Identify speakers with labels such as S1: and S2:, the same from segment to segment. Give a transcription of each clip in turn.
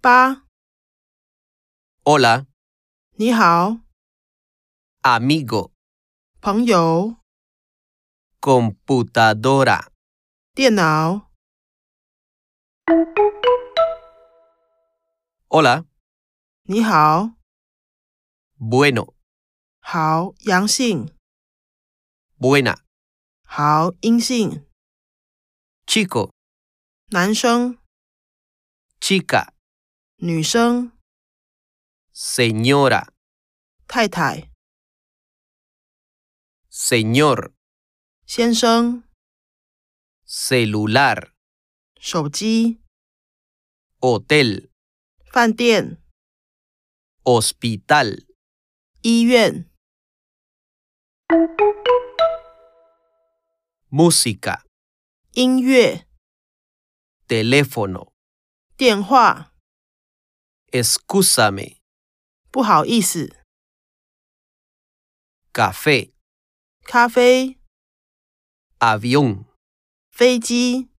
S1: 八，
S2: Hola,
S1: 你好，
S2: amigo,
S1: 朋友，
S2: computadora,
S1: 电脑，
S2: hola,
S1: 你好，
S2: bueno,
S1: 好，阳性，
S2: buena,
S1: 好，阴性，
S2: chico,
S1: 男生，
S2: chica,
S1: 女生，
S2: señora,
S1: 太太，
S2: señor,
S1: 先生，
S2: celular,
S1: 手机，
S2: hotel,
S1: 饭店，
S2: hospital,
S1: 医院，
S2: música,
S1: 音乐，
S2: teléfono,
S1: 电话，
S2: excúsame,
S1: 不好意思，
S2: café,
S1: 咖啡，
S2: avión,
S1: 飞机，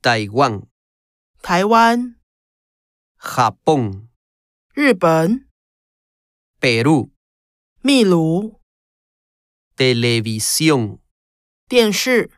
S2: Taiwán,
S1: 台湾，
S2: Japón,
S1: 日本，
S2: Perú,
S1: 秘鲁，
S2: televisión,
S1: 电视。